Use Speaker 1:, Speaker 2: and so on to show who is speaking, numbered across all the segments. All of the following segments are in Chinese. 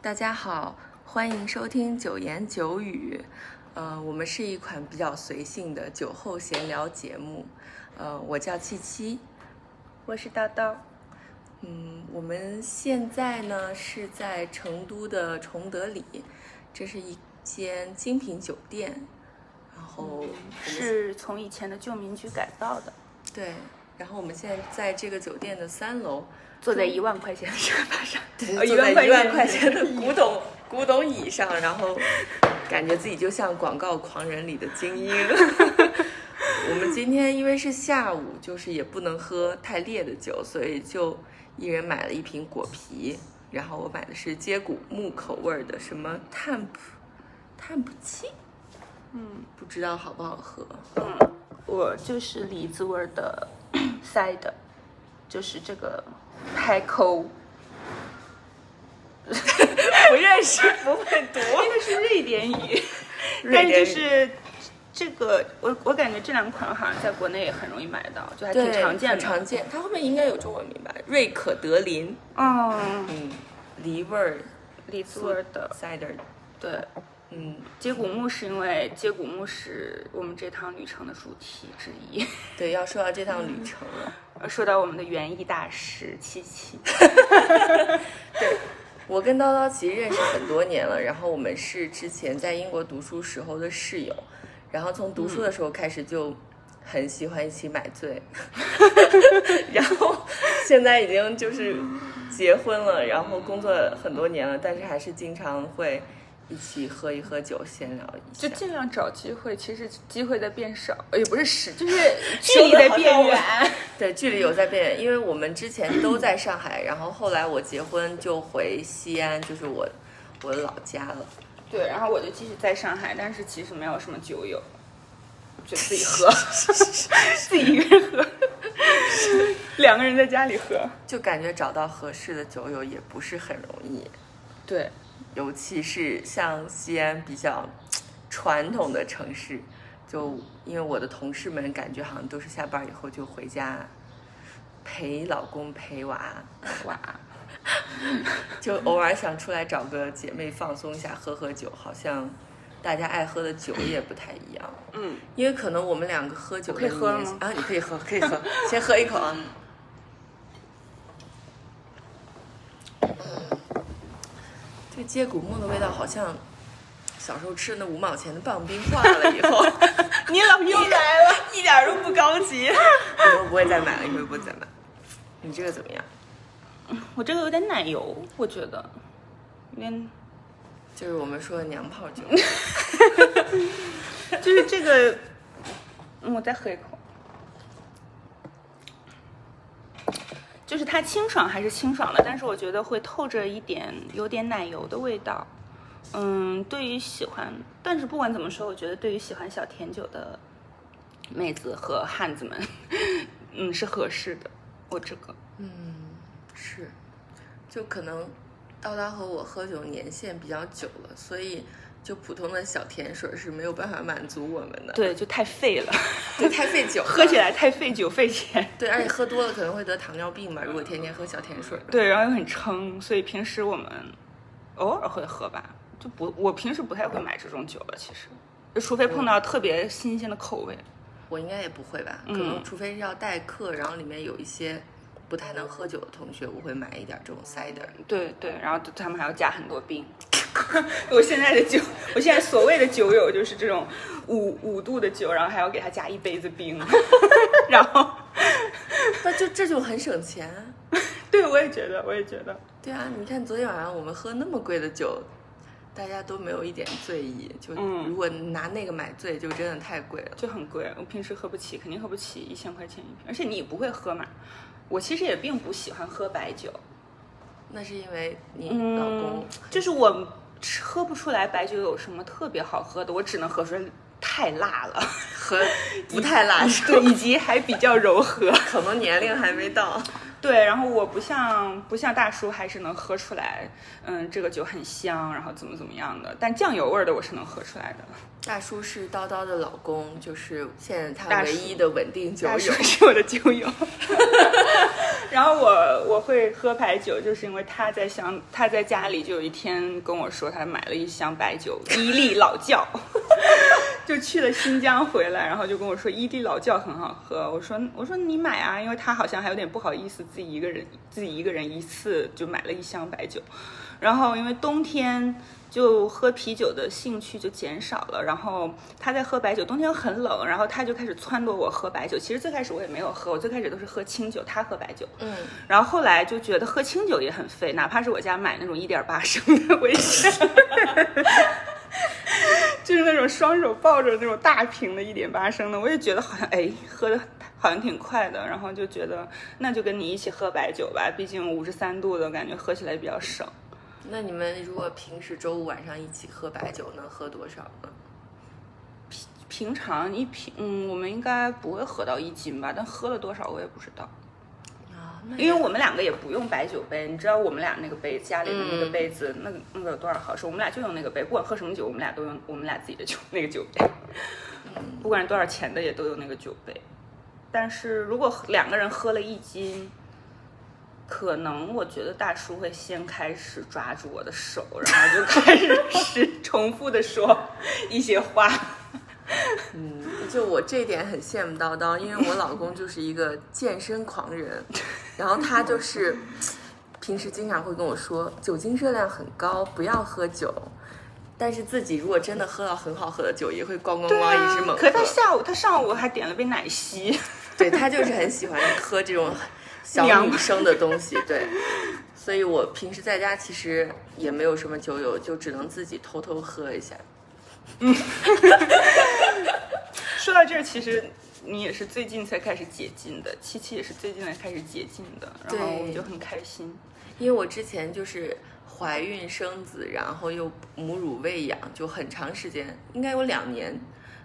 Speaker 1: 大家好，欢迎收听九言九语。呃，我们是一款比较随性的酒后闲聊节目。呃，我叫七七。
Speaker 2: 我是叨叨，
Speaker 1: 嗯，我们现在呢是在成都的崇德里，这是一间精品酒店。然后我们
Speaker 2: 是从以前的旧民居改造的，
Speaker 1: 对，然后我们现在在这个酒店的三楼，
Speaker 2: 坐在一万块钱的沙发上，
Speaker 1: 对
Speaker 2: 哦
Speaker 1: 坐在一万
Speaker 2: 万
Speaker 1: 块
Speaker 2: 块
Speaker 1: 钱
Speaker 2: 钱
Speaker 1: 的古董古董椅上，然后感觉自己就像广告狂人里的精英。 我们今天因为是下午，就是也不能喝太烈的酒，所以就一人买了一瓶果啤，然后我买的是接骨木口味儿的什么炭普炭普气，
Speaker 2: 嗯
Speaker 1: 不知道好不好喝。
Speaker 2: 嗯，我就是梨子味儿的 塞的，就是这个开 口，
Speaker 1: 不认识，不会 读。
Speaker 2: 这个是瑞典 语，
Speaker 1: 瑞
Speaker 2: 但
Speaker 1: 典
Speaker 2: 是
Speaker 1: 语
Speaker 2: 就是这个，我我感觉这两款好像在国内也很容易买到，就还挺
Speaker 1: 对，
Speaker 2: 常见
Speaker 1: 很
Speaker 2: 的。
Speaker 1: 常见，它后面应该有中文名吧？瑞可德林，
Speaker 2: 嗯，
Speaker 1: 嗯，梨味儿
Speaker 2: 梨子味儿的，
Speaker 1: cider，
Speaker 2: 对。
Speaker 1: 嗯，
Speaker 2: 接骨木是因为接骨木是我们这趟旅程的主题之一。
Speaker 1: 对，要说到这趟旅程了，
Speaker 2: 呃说到我们的园艺大师七七，
Speaker 1: 我跟叨叨其实认识很多年了，然后我们是之前在英国读书时候的室友，然后从读书的时候开始就很喜欢一起买醉，然后现在已经就是结婚了，然后工作很多年了，但是还是经常会一起喝一喝酒，闲聊一下
Speaker 2: 就。尽量找机会，其实机会在变少，呃也不是使，就是 距
Speaker 1: 说
Speaker 2: 离
Speaker 1: 得
Speaker 2: 在
Speaker 1: 好
Speaker 2: 变
Speaker 1: 像我
Speaker 2: 远。
Speaker 1: 对，距离有在变远，因为我们之前都在上海，然后后来我结婚就回西安，就是我我的老家了。
Speaker 2: 对，然后我就继续在上海，但是其实没有什么酒友，就自己喝， 自己一个人喝，两个人在家里喝。
Speaker 1: 就感觉找到合适的酒友也不是很容易，
Speaker 2: 对，
Speaker 1: 尤其是像西安比较传统的城市，就因为我的同事们感觉好像都是下班以后就回家陪老公陪娃，
Speaker 2: 哇，
Speaker 1: 就偶尔想出来找个姐妹放松一下，喝喝酒，好像大家爱喝的酒也不太一样。
Speaker 2: 嗯，
Speaker 1: 因为可能我们两个喝酒
Speaker 2: 我
Speaker 1: 的
Speaker 2: 可以喝了
Speaker 1: 年纪
Speaker 2: 吗
Speaker 1: 啊，你可以喝，可以喝，先喝一口啊。这接骨木的味道好像小时候吃的那五毛钱的棒冰化了以后，
Speaker 2: 你老又来了，
Speaker 1: 一点儿都不高级。 以后不会再买了，以后不会再买。你这个怎么样？
Speaker 2: 我这个有点奶油，我觉得有点。
Speaker 1: 就是我们说的娘炮 酒，
Speaker 2: 就是这个，嗯我再喝一口。就是它清爽还是清爽的，但是我觉得会透着一点有点奶油的味道。嗯，对于喜欢，但是不管怎么说，我觉得对于喜欢小甜酒的妹子和汉子们，嗯，是合适的。我这个，
Speaker 1: 嗯，是，就可能叨叨和我喝酒年限比较久了，所以就普通的小甜水是没有办法满足我们的，
Speaker 2: 对，就太费了，
Speaker 1: 对，太费酒，
Speaker 2: 喝起，来太费酒费钱。
Speaker 1: 对，而且喝多了可能会得糖尿病嘛，如果天天喝小甜水，
Speaker 2: 对，然后又很撑，所以平时我们偶尔会喝吧，就不，我平时不太会买这种酒了，其实，就除非碰到特别新鲜的口味。
Speaker 1: 我应该也不会吧，可
Speaker 2: 嗯
Speaker 1: 能除非是要代课，然后里面有一些不太能喝酒的同学，我会买一点这种 cider，
Speaker 2: 对对，然后他们还要加很多冰。 我现在的酒，我现在所谓的酒友就是这种五五度的酒，然后还要给他加一杯子冰， 然后
Speaker 1: 那就这就很省钱啊。
Speaker 2: 对我也觉得，我也觉得，
Speaker 1: 对啊，你看昨天晚上我们喝那么贵的酒，大家都没有一点醉意。就
Speaker 2: 嗯
Speaker 1: 如果拿那个买醉，就真的太贵了。
Speaker 2: 就很贵，我平时喝不起，肯定喝不起一千块钱一瓶，而且你也不会喝嘛。我其实也并不喜欢喝白酒，
Speaker 1: 那是因为你老
Speaker 2: 嗯
Speaker 1: 公，，
Speaker 2: 就是我吃喝不出来白酒有什么特别好喝的，我只能喝出来太辣了，
Speaker 1: 和不太 辣，是吧
Speaker 2: 对，以及还比较柔和。
Speaker 1: 可能年龄还没到。
Speaker 2: 对，然后我不像不像大叔，还是能喝出来，嗯，这个酒很香，然后怎么怎么样的。但酱油味儿的我是能喝出来的。
Speaker 1: 大叔是叨叨的老公，就是现在他
Speaker 2: 大
Speaker 1: 唯
Speaker 2: 叔
Speaker 1: 一的稳定酒
Speaker 2: 大
Speaker 1: 友
Speaker 2: 叔。是我的酒友， 然后我我会喝白酒，就是因为他在香，他在家里就有一天跟我说，他买了一箱白酒，伊利老窖， 就去了新疆回来，然后就跟我说伊利老窖很好喝。我说我说你买啊，因为他好像还有点不好意思自己一个人自己一个人一次就买了一箱白酒，然后因为冬天。就喝啤酒的兴趣就减少了，然后他在喝白酒，冬天很冷，然后他就开始撺掇我喝白酒。其实最开始我也没有喝，我最开始都是喝清酒，他喝白酒。
Speaker 1: 嗯，
Speaker 2: 然后后来就觉得喝清酒也很费，哪怕是我家买那种一点八升的威士忌，就是那种双手抱着那种大瓶的一点八升的，我也觉得好像哎，喝的好像挺快的，然后就觉得那就跟你一起喝白酒吧，毕竟五十三度的感觉喝起来比较省。
Speaker 1: 那你们如果平时周五晚上一起喝白酒，能喝多少呢？
Speaker 2: 平常一瓶，嗯，我们应该不会喝到一斤吧，但喝了多少我也不知道，
Speaker 1: 啊，那
Speaker 2: 因为我们两个也不用白酒杯，你知道我们俩那个杯，家里的那个杯子，那个那个有多少毫升，我们俩就用那个杯，不管喝什么酒，我们俩都用我们俩自己的酒那个酒杯， 不管是多少钱的也都用那个酒杯，但是如果两个人喝了一斤。可能我觉得大叔会先开始抓住我的手，然后就开始 是重复的说一些话。
Speaker 1: 就我这点很羡慕叨叨，因为我老公就是一个健身狂 人，然后他就是平时经常会跟我说酒精热量很高，不要喝酒。但是自己如果真的喝到很好喝的酒，也会咣咣
Speaker 2: 对
Speaker 1: 咣一直猛喝。
Speaker 2: 啊，可是他下午，他上午还点了杯奶昔，
Speaker 1: 对他就是很喜欢喝这种小
Speaker 2: 娘
Speaker 1: 女生的东西，对。所以我平时在家其实也没有什么酒友，就只能自己偷偷喝一下。
Speaker 2: 说到这儿，其实你也是最近才开始解禁的，七七也是最近才开始解禁的，然后
Speaker 1: 对
Speaker 2: 我们就很开心。
Speaker 1: 因为我之前就是怀孕生子，然后又母乳喂养，就很长时间，应该有两年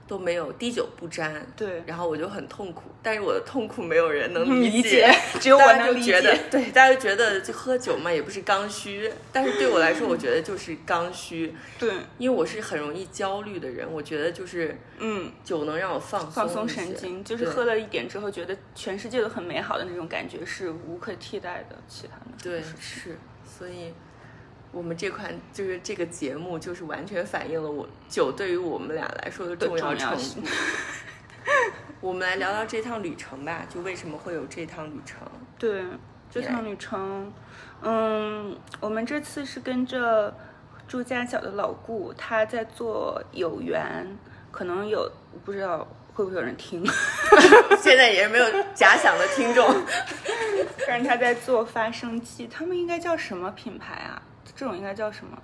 Speaker 1: 都没有滴酒不沾。
Speaker 2: 对，
Speaker 1: 然后我就很痛苦，但是我的痛苦没有人能
Speaker 2: 嗯理
Speaker 1: 解，
Speaker 2: 只有我
Speaker 1: 大家
Speaker 2: 能
Speaker 1: 就
Speaker 2: 理
Speaker 1: 觉得
Speaker 2: 解。，
Speaker 1: 对，大家就觉得就喝酒嘛，也不是刚需，但是对我来说，我觉得就是刚需，
Speaker 2: 对，
Speaker 1: 因为我是很容易焦虑的人，我觉得就是
Speaker 2: 嗯，
Speaker 1: 酒能让我放松
Speaker 2: 放松
Speaker 1: 一些
Speaker 2: 神经，就是
Speaker 1: 对
Speaker 2: 喝了一点之后，觉得全世界都很美好的那种感觉是无可替代的。其他的，
Speaker 1: 对，是，所以我们这款就是这个节目，就是完全反映了我酒对于我们俩来说的
Speaker 2: 的
Speaker 1: 重要
Speaker 2: 重要
Speaker 1: 程
Speaker 2: 性
Speaker 1: 度。 我们来聊聊这趟旅程吧，就为什么会有这趟旅程？
Speaker 2: 对，这
Speaker 1: 你
Speaker 2: 趟
Speaker 1: 来
Speaker 2: 旅程，嗯，我们这次是跟着住家角的老顾，他在做有缘，可能有不知道会不会有人听，
Speaker 1: 现在也没有假想的听众，
Speaker 2: 但是他在做发生剂，他们应该叫什么品牌啊？这种应该叫什么？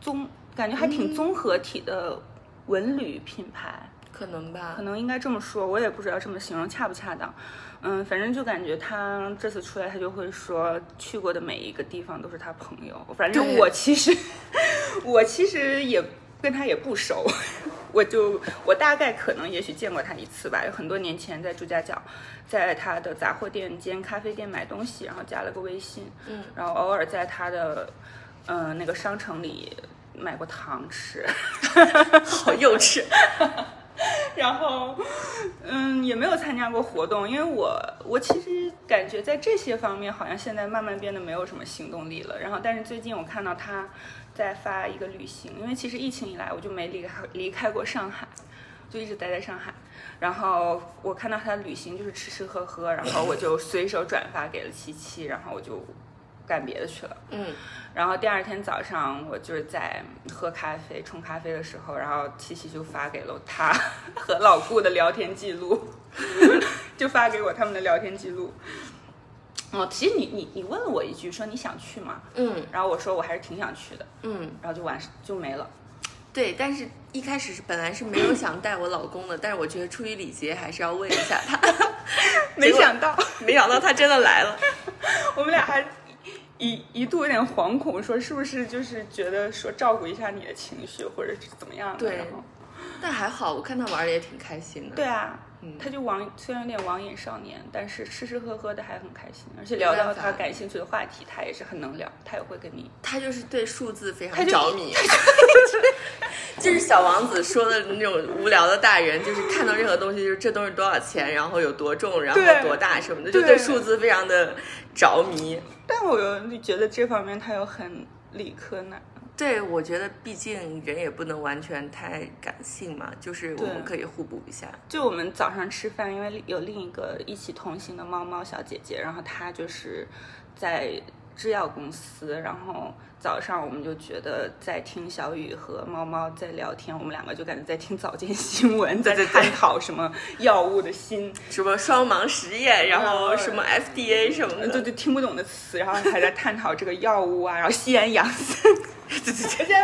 Speaker 2: 综感觉还挺综合体的文旅品牌。
Speaker 1: 可能吧
Speaker 2: 可。能应该这么说，我也不知道这么形容恰不恰当。嗯，反正就感觉他这次出来，他就会说去过的每一个地方都是他朋友。反正
Speaker 1: 对
Speaker 2: 我其实， 我其实也跟他也不熟， 我就我大概可能也许见过他一次吧，有很多年前在朱家角，在他的杂货店兼咖啡店买东西，然后加了个微信，
Speaker 1: 嗯，
Speaker 2: 然后偶尔在他的嗯、呃那个商城里买过糖吃。
Speaker 1: 好幼稚。
Speaker 2: 然后，嗯，也没有参加过活动，因为我我其实感觉在这些方面好像现在慢慢变得没有什么行动力了。然后，但是最近我看到他在发一个旅行，因为其实疫情以来我就没离开离开过上海，就一直待在上海。然后我看到他旅行就是吃吃喝喝，然后我就随手转发给了七七，然后我就干别的去了。
Speaker 1: 嗯，
Speaker 2: 然后第二天早上，我就是在喝咖啡、冲咖啡的时候，然后七七就发给了他 和老顾的聊天记录， 就发给我他们的聊天记录。哦，其实你你你问了我一句，说你想去吗？
Speaker 1: 嗯
Speaker 2: 然后我说我还是挺想去的，
Speaker 1: 嗯，
Speaker 2: 然后就完事就没了。
Speaker 1: 对，但是一开始是本来是没有想带我老公的，但是我觉得出于礼节还是要问一下他，
Speaker 2: 没
Speaker 1: 结果
Speaker 2: 想到
Speaker 1: 没想到他真的来了。
Speaker 2: 我们俩还一一度有点惶恐，说是不是就是觉得说照顾一下你的情绪，或者是怎么样的？
Speaker 1: 对
Speaker 2: 然后
Speaker 1: 但还好，我看他玩的也挺开心的。
Speaker 2: 对啊，
Speaker 1: 嗯
Speaker 2: 他就网虽然有点网瘾少年，但是吃吃喝喝的还很开心，而且聊到
Speaker 1: 没办法
Speaker 2: 他感兴趣的话题，他也是很能聊，他也会跟你
Speaker 1: 他就是对数字非
Speaker 2: 他
Speaker 1: 常
Speaker 2: 就
Speaker 1: 着迷， 就是小王子说的那种无聊的大人，就是看到任何东西，就是这东西多少钱，然后有多重，然
Speaker 2: 对
Speaker 1: 后多大什么的，就
Speaker 2: 对
Speaker 1: 对数字非常的着迷。
Speaker 2: 但我有觉得这方面他有很理科男，
Speaker 1: 对，我觉得毕竟人也不能完全太感性嘛，就是我们
Speaker 2: 对
Speaker 1: 可以互补一下。
Speaker 2: 就我们早上吃饭，因为有另一个一起同行的猫猫小姐姐，然后她就是在制药公司，然后早上我们就觉得在听小雨和猫猫在聊天，我们两个就感觉在听早间新闻，在
Speaker 1: 对对
Speaker 2: 探讨什么药物的新，
Speaker 1: 什么双盲实验，然后什么 FDA 什么的，
Speaker 2: 对对，听不懂的词，然后还在探讨这个药物啊，然后西安养生，对对对，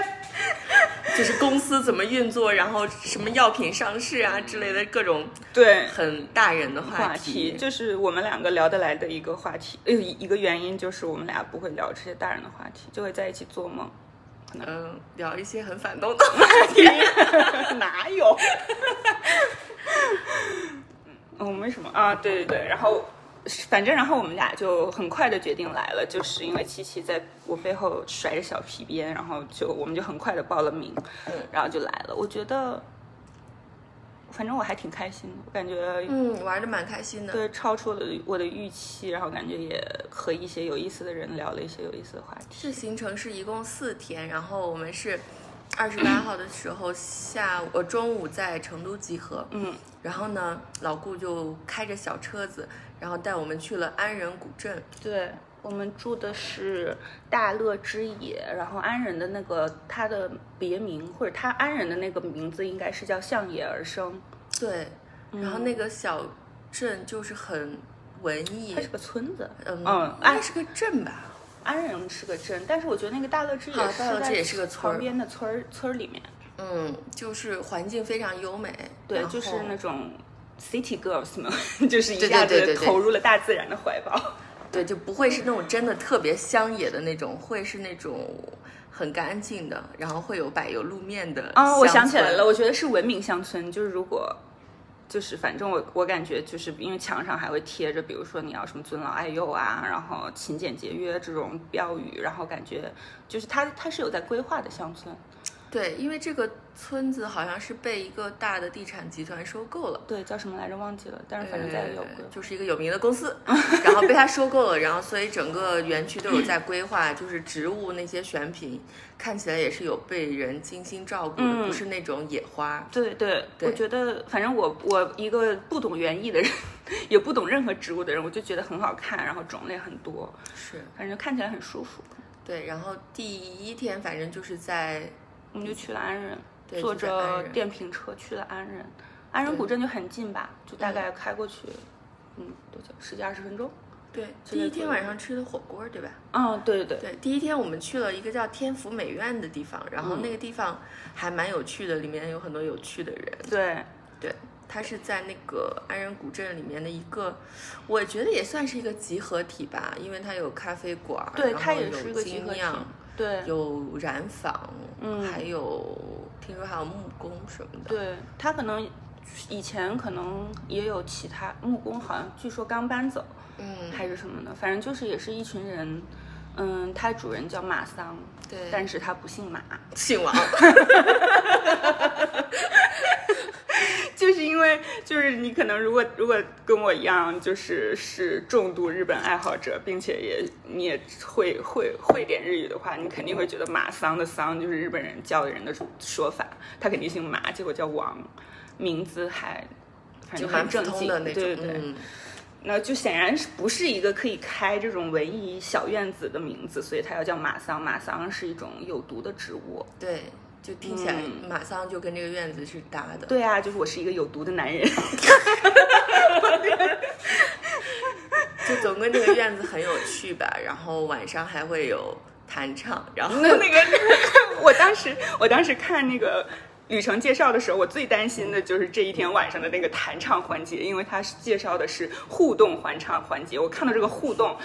Speaker 1: 就是公司怎么运作，然后什么药品上市啊之类的各种
Speaker 2: 对。
Speaker 1: 很大人的
Speaker 2: 话
Speaker 1: 话
Speaker 2: 题就是我们两个聊得来的一个话题，呃，一个原因就是我们俩不会聊这些大人的话题，就会在一起做梦。
Speaker 1: 嗯，聊一些很反动的话题。
Speaker 2: 哪有？嗯，没什么啊，对对对，然后反正然后我们俩就很快的决定来了，就是因为七七在我背后甩着小皮鞭，然后就我们就很快的报了名，然后就来了。我觉得，反正我还挺开心的，我感 觉
Speaker 1: 嗯，玩的蛮开心的。
Speaker 2: 对，超出了我的预期，然后感觉也和一些有意思的人聊了一些有意思的话题。
Speaker 1: 这行程是一共四天，然后我们 是二十八号的时候下午，呃，中午在成都集合。
Speaker 2: 嗯，
Speaker 1: 然后呢，老顾就开着小车子，然后带我们去了安仁古镇。
Speaker 2: 对，我们住的是大乐之野，然后安仁的那个它的别名或者它安仁的那个名字应该是叫向野而生，
Speaker 1: 对，然后那个小镇就是很文艺
Speaker 2: 它，是个村子。
Speaker 1: 嗯，
Speaker 2: 嗯
Speaker 1: 应该是个镇吧。
Speaker 2: 安仁是个镇，但是我觉得那个大乐之野
Speaker 1: 好
Speaker 2: 是
Speaker 1: 大乐之
Speaker 2: 在
Speaker 1: 野是个村儿
Speaker 2: 旁边的村儿村儿里面，
Speaker 1: 嗯，就是环境非常优美，
Speaker 2: 对，
Speaker 1: 然
Speaker 2: 就是
Speaker 1: 后
Speaker 2: 那种 city girls 嘛， 就是一
Speaker 1: 对对
Speaker 2: 下
Speaker 1: 对
Speaker 2: 子
Speaker 1: 对对
Speaker 2: 投入了大自然的怀抱。
Speaker 1: 对，就不会是那种真的特别乡野的那种，会是那种很干净的，然后会有柏油路面的
Speaker 2: 啊、我
Speaker 1: 乡
Speaker 2: 想起来
Speaker 1: 村
Speaker 2: 了，，我觉得是文明乡村，就是如果。就是，反正我我感觉就是因为墙上还会贴着，比如说你要什么尊老爱幼啊，然后勤俭节约这种标语，然后感觉就是它它是有在规划的乡村，
Speaker 1: 对，因为这个村子好像是被一个大的地产集团收购了。
Speaker 2: 对，叫什么来着忘记了，但是反正在有规
Speaker 1: 呃
Speaker 2: 划。
Speaker 1: 就是一个有名的公司， 然后被他收购了，然后所以整个园区都有在规划，就是植物那些选品看起来也是有被人精心照顾的，
Speaker 2: 嗯
Speaker 1: 不是那种野花。
Speaker 2: 对对，
Speaker 1: 对
Speaker 2: 我觉得反正我我一个不懂园艺的人， 也不懂任何植物的人，我就觉得很好看，然后种类很多，
Speaker 1: 是
Speaker 2: 反正看起来很舒服。
Speaker 1: 对，然后第一天反正就是在
Speaker 2: 我们就去了安仁，
Speaker 1: 对
Speaker 2: 坐
Speaker 1: 就在安
Speaker 2: 着
Speaker 1: 仁
Speaker 2: 电瓶车去了安仁。安仁古镇就很近吧，就大概开过去，嗯，多久？十几二十分钟。
Speaker 1: 对
Speaker 2: 之
Speaker 1: 第
Speaker 2: 类
Speaker 1: 一
Speaker 2: 的
Speaker 1: 天晚上吃的火锅，对吧？
Speaker 2: 嗯，对对对，
Speaker 1: 对，第一天我们去了一个叫天府美院的地方，然
Speaker 2: 嗯
Speaker 1: 后那个地方还蛮有趣的，里面有很多有趣的人。
Speaker 2: 对
Speaker 1: 对，它是在那个安仁古镇里面的一个，我觉得也算是一个集合体吧，因为它有咖啡馆儿，
Speaker 2: 对，
Speaker 1: 然
Speaker 2: 它
Speaker 1: 后
Speaker 2: 也
Speaker 1: 有
Speaker 2: 是一个集
Speaker 1: 精
Speaker 2: 合体
Speaker 1: 酿，
Speaker 2: 对
Speaker 1: 有染坊，
Speaker 2: 嗯
Speaker 1: 还有听说还有木工什么的。
Speaker 2: 对，它可能以前可能也有其他木工，好像据说刚搬走
Speaker 1: 嗯，
Speaker 2: 还是什么的，反正就是也是一群人。嗯，它主人叫马桑，
Speaker 1: 对
Speaker 2: 但是他不姓马，
Speaker 1: 姓王，
Speaker 2: 就是因为就是你可能如果如果跟我一样，就是是重度日本爱好者，并且也你也会会会点日语的话，你肯定会觉得马桑的桑就是日本人叫人的说法，他肯定姓马，结果叫王，名字还反
Speaker 1: 就
Speaker 2: 正
Speaker 1: 蛮
Speaker 2: 很
Speaker 1: 普
Speaker 2: 正
Speaker 1: 通
Speaker 2: 经
Speaker 1: 的那种。
Speaker 2: 对对对。
Speaker 1: 嗯
Speaker 2: 那就显然是不是一个可以开这种文艺小院子的名字，所以它要叫马桑。马桑是一种有毒的植物。
Speaker 1: 对，就听起来
Speaker 2: 嗯
Speaker 1: 马上就跟这个院子是搭的。
Speaker 2: 对啊，就是我是一个有毒的男人。
Speaker 1: 就总归那个院子很有趣吧，然后晚上还会有弹唱，然后 那个
Speaker 2: 我当时我当时看那个旅程介绍的时候，我最担心的就是这一天晚上的那个弹唱环节，因为它是介绍的是互动环唱环节。我看到这个互动，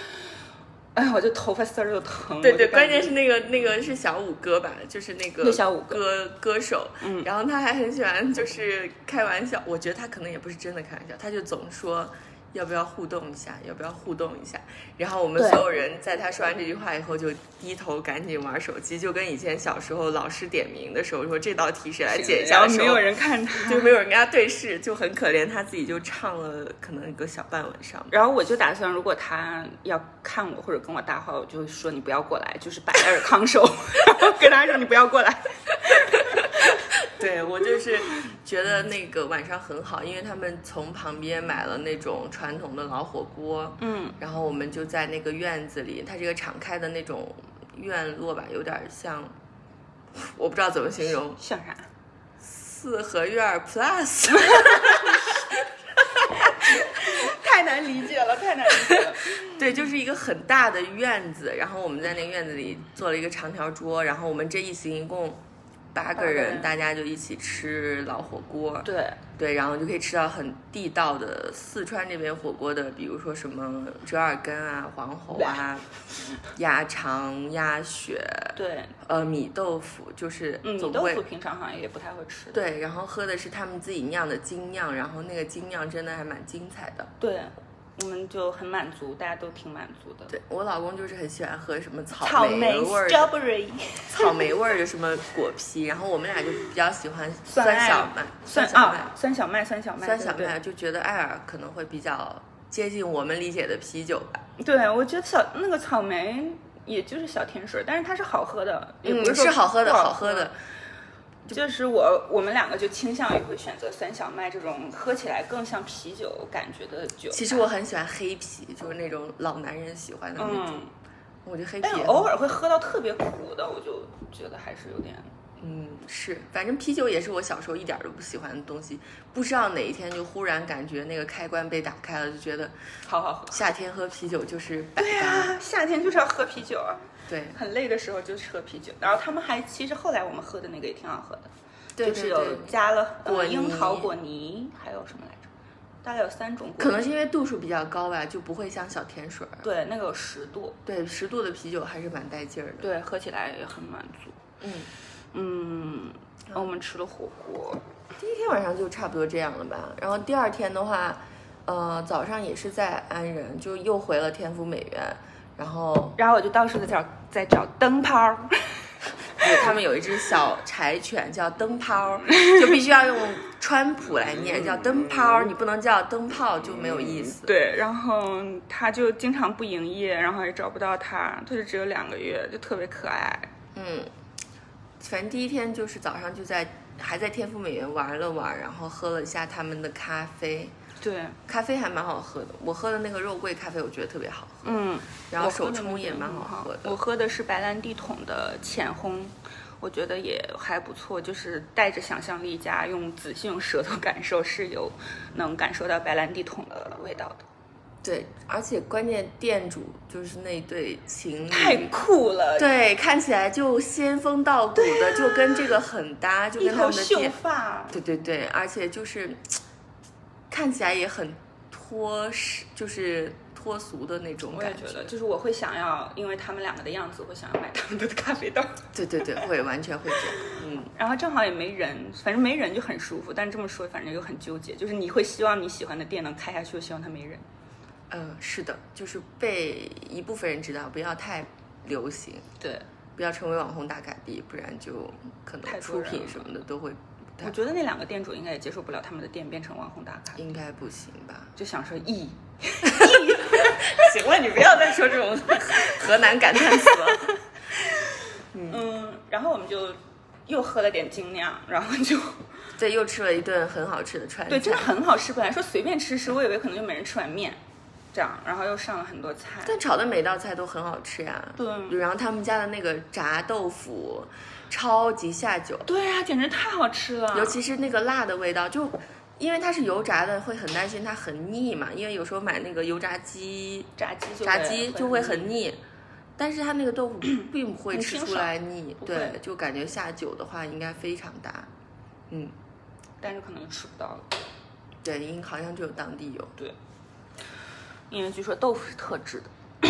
Speaker 2: 哎，我就头发丝儿就疼。
Speaker 1: 对
Speaker 2: 我
Speaker 1: 对，
Speaker 2: 就感
Speaker 1: 关
Speaker 2: 觉
Speaker 1: 键是那个那个是小五哥吧，就是那个
Speaker 2: 对小五哥
Speaker 1: 歌歌手，
Speaker 2: 嗯
Speaker 1: 然后他还很喜欢就是开玩笑，我觉得他可能也不是真的开玩笑，他就总说要不要互动一下，要不要互动一下，然后我们
Speaker 2: 对
Speaker 1: 所有人在他说完这句话以后就低头赶紧玩手机，就跟以前小时候老师点名的时候说这道题谁来解一
Speaker 2: 然
Speaker 1: 下
Speaker 2: 后
Speaker 1: 的时
Speaker 2: 没
Speaker 1: 候
Speaker 2: 有。人 看他，
Speaker 1: 就没有人跟他对视，就很可怜，他自己就唱了可能个小半晚上吧。
Speaker 2: 然后我就打算，如果他要看我或者跟我搭话，我就说你不要过来，就是摆在尔康手， 然后跟他说你不要过来。
Speaker 1: 对我就是觉得那个晚上很好，因为他们从旁边买了那种传统的老火锅，
Speaker 2: 嗯，
Speaker 1: 然后我们就在那个院子里，它是一个敞开的那种院落吧，有点像，我不知道怎么形容，
Speaker 2: 像啥？
Speaker 1: 四合院儿 plus，
Speaker 2: 太难理解了，太难理解了。
Speaker 1: 对，就是一个很大的院子，然后我们在那个院子里做了一个长条桌，然后我们这一行一共八
Speaker 2: 八
Speaker 1: 个
Speaker 2: 个
Speaker 1: 人，
Speaker 2: 人
Speaker 1: 大家就一起吃老火锅，
Speaker 2: 对，
Speaker 1: 对，然后就可以吃到很地道的四川这边火锅的，比如说什么折耳根啊、黄喉啊、鸭肠、鸭血，
Speaker 2: 对，
Speaker 1: 呃，米豆腐，就是
Speaker 2: 嗯，
Speaker 1: 总
Speaker 2: 你豆
Speaker 1: 会、
Speaker 2: 腐平常好像也不太会吃。
Speaker 1: 对，然后喝的是他们自己酿的精酿，然后那个精酿真的还蛮精彩的。
Speaker 2: 对，我们就很满足，大家都挺满足的。
Speaker 1: 对我老公就是很喜欢喝什么
Speaker 2: 草
Speaker 1: 草
Speaker 2: 莓
Speaker 1: 味儿的、
Speaker 2: strawberry
Speaker 1: 草莓味儿的什么果皮，然后我们俩就比较喜欢
Speaker 2: 酸
Speaker 1: 酸
Speaker 2: 爱
Speaker 1: 小麦、
Speaker 2: 酸
Speaker 1: 小麦
Speaker 2: 啊，酸小麦，酸小麦，
Speaker 1: 酸小
Speaker 2: 对
Speaker 1: 麦，就觉得艾尔可能会比较接近我们理解的啤酒吧。
Speaker 2: 对对，我觉得小那个草莓也就是小甜水，但是它是好喝的，也不
Speaker 1: 嗯，
Speaker 2: 说
Speaker 1: 是好喝的，
Speaker 2: 不
Speaker 1: 好
Speaker 2: 好
Speaker 1: 喝的。。
Speaker 2: 就是我我们两个就倾向于会选择酸小麦这种喝起来更像啤酒感觉的酒。
Speaker 1: 其实我很喜欢黑啤，就是那种老男人喜欢的那种。
Speaker 2: 嗯，
Speaker 1: 我觉得黑啤
Speaker 2: 但
Speaker 1: 也很，
Speaker 2: 偶尔会喝到特别苦的，我就觉得还是有点。
Speaker 1: 嗯是，反正啤酒也是我小时候一点儿都不喜欢的东西。不知道哪一天就忽然感觉那个开关被打开了，就觉得
Speaker 2: 好好喝。
Speaker 1: 夏天喝啤酒就是百
Speaker 2: 对
Speaker 1: 搭。
Speaker 2: 啊，夏天就是要喝啤酒啊，
Speaker 1: 对
Speaker 2: 很累的时候就是喝啤酒。然后他们还其实后来我们喝的那个也挺好喝的，
Speaker 1: 对
Speaker 2: 就是
Speaker 1: 对
Speaker 2: 有
Speaker 1: 对，
Speaker 2: 加了呃
Speaker 1: 果泥
Speaker 2: 樱桃果泥，还有什么来着？大概有三种果泥。
Speaker 1: 可能是因为度数比较高吧，就不会像小甜水儿。
Speaker 2: 对那个有十度，
Speaker 1: 对，十度的啤酒还是蛮带劲儿的。
Speaker 2: 对，喝起来也很满足。
Speaker 1: 嗯，
Speaker 2: 嗯，然后我们吃了火锅，
Speaker 1: 第一天晚上就差不多这样了吧。然后第二天的话，呃，早上也是在安仁，就又回了天府美园，然后
Speaker 2: 然后我就到处在找在找灯泡儿，
Speaker 1: 对，他们有一只小柴犬叫灯泡，就必须要用川普来念，叫灯泡，你不能叫灯泡就没有意思。
Speaker 2: 对，然后他就经常不营业，然后也找不到他，他就只有两个月，就特别可爱。
Speaker 1: 嗯，反正第一天就是早上就在还在天府美园玩了玩，然后喝了一下他们的咖啡，
Speaker 2: 对，
Speaker 1: 咖啡还蛮好喝的，我喝的那个肉桂咖啡我觉得特别好喝，
Speaker 2: 嗯，
Speaker 1: 然后
Speaker 2: 我喝
Speaker 1: 手
Speaker 2: 的那
Speaker 1: 冲
Speaker 2: 个
Speaker 1: 也蛮
Speaker 2: 很
Speaker 1: 好喝
Speaker 2: 我
Speaker 1: 的。
Speaker 2: 喝的是白兰地桶的浅烘，我觉得也还不错，就是带着想象力加用仔细用舌头感受，是有能感受到白兰地桶的味道的。
Speaker 1: 对，而且关键店主就是那对情侣，
Speaker 2: 太酷了！，
Speaker 1: 对，看起来就仙风道骨的，就跟这个很搭，就
Speaker 2: 啊一
Speaker 1: 跟他
Speaker 2: 头
Speaker 1: 们的
Speaker 2: 秀
Speaker 1: 店。
Speaker 2: 发，
Speaker 1: 对对对，而且就是看起来也很脱实，就是脱俗的那种
Speaker 2: 我
Speaker 1: 感
Speaker 2: 也觉得，就是我会想要，因为他们两个的样子，我会想要买他们的咖啡豆。
Speaker 1: 对对对，会完全会这样。嗯，
Speaker 2: 然后正好也没人，反正没人就很舒服。但这么说，反正又很纠结，就是你会希望你喜欢的店能开下去，又希望它没人。
Speaker 1: 呃，是的，就是被一部分人知道，不要太流行，
Speaker 2: 对，
Speaker 1: 不要成为网红大改币，不然就可
Speaker 2: 太
Speaker 1: 能
Speaker 2: 多
Speaker 1: 出
Speaker 2: 人
Speaker 1: 品
Speaker 2: 了
Speaker 1: 什么的都会不
Speaker 2: 我
Speaker 1: 太，
Speaker 2: 觉得那两个店主应该也接受不了他们的店变成网红打卡，
Speaker 1: 应该不行吧？
Speaker 2: 就想说咦，
Speaker 1: 行了，你不要再说这种河南感叹词了。
Speaker 2: 嗯，然后我们就又喝了点精酿，然后就
Speaker 1: 对，又吃了一顿很好吃的川菜。
Speaker 2: 对，真的很好吃。本来说随便吃吃，我以为可能就每人吃碗面，这样，然后又上了很多菜。
Speaker 1: 但炒的每道菜都很好吃呀。
Speaker 2: 对
Speaker 1: 然后他们家的那个炸豆腐超级下酒，
Speaker 2: 对啊，简直太好吃了。
Speaker 1: 尤其是那个辣的味道，就因为它是油炸的，会很担心它很腻嘛。因为有时候买那个油炸鸡，
Speaker 2: 炸鸡就
Speaker 1: 炸鸡就会
Speaker 2: 腻
Speaker 1: 很腻。但是它那个豆 腐并不会
Speaker 2: 很
Speaker 1: 吃出
Speaker 2: 清爽
Speaker 1: 来腻，
Speaker 2: 不
Speaker 1: 对
Speaker 2: 会，
Speaker 1: 就感觉下酒的话应该非常搭，嗯，
Speaker 2: 但是可能就吃不到了，
Speaker 1: 对，因为好像只 有当地有。
Speaker 2: 因为据说豆腐是特制的。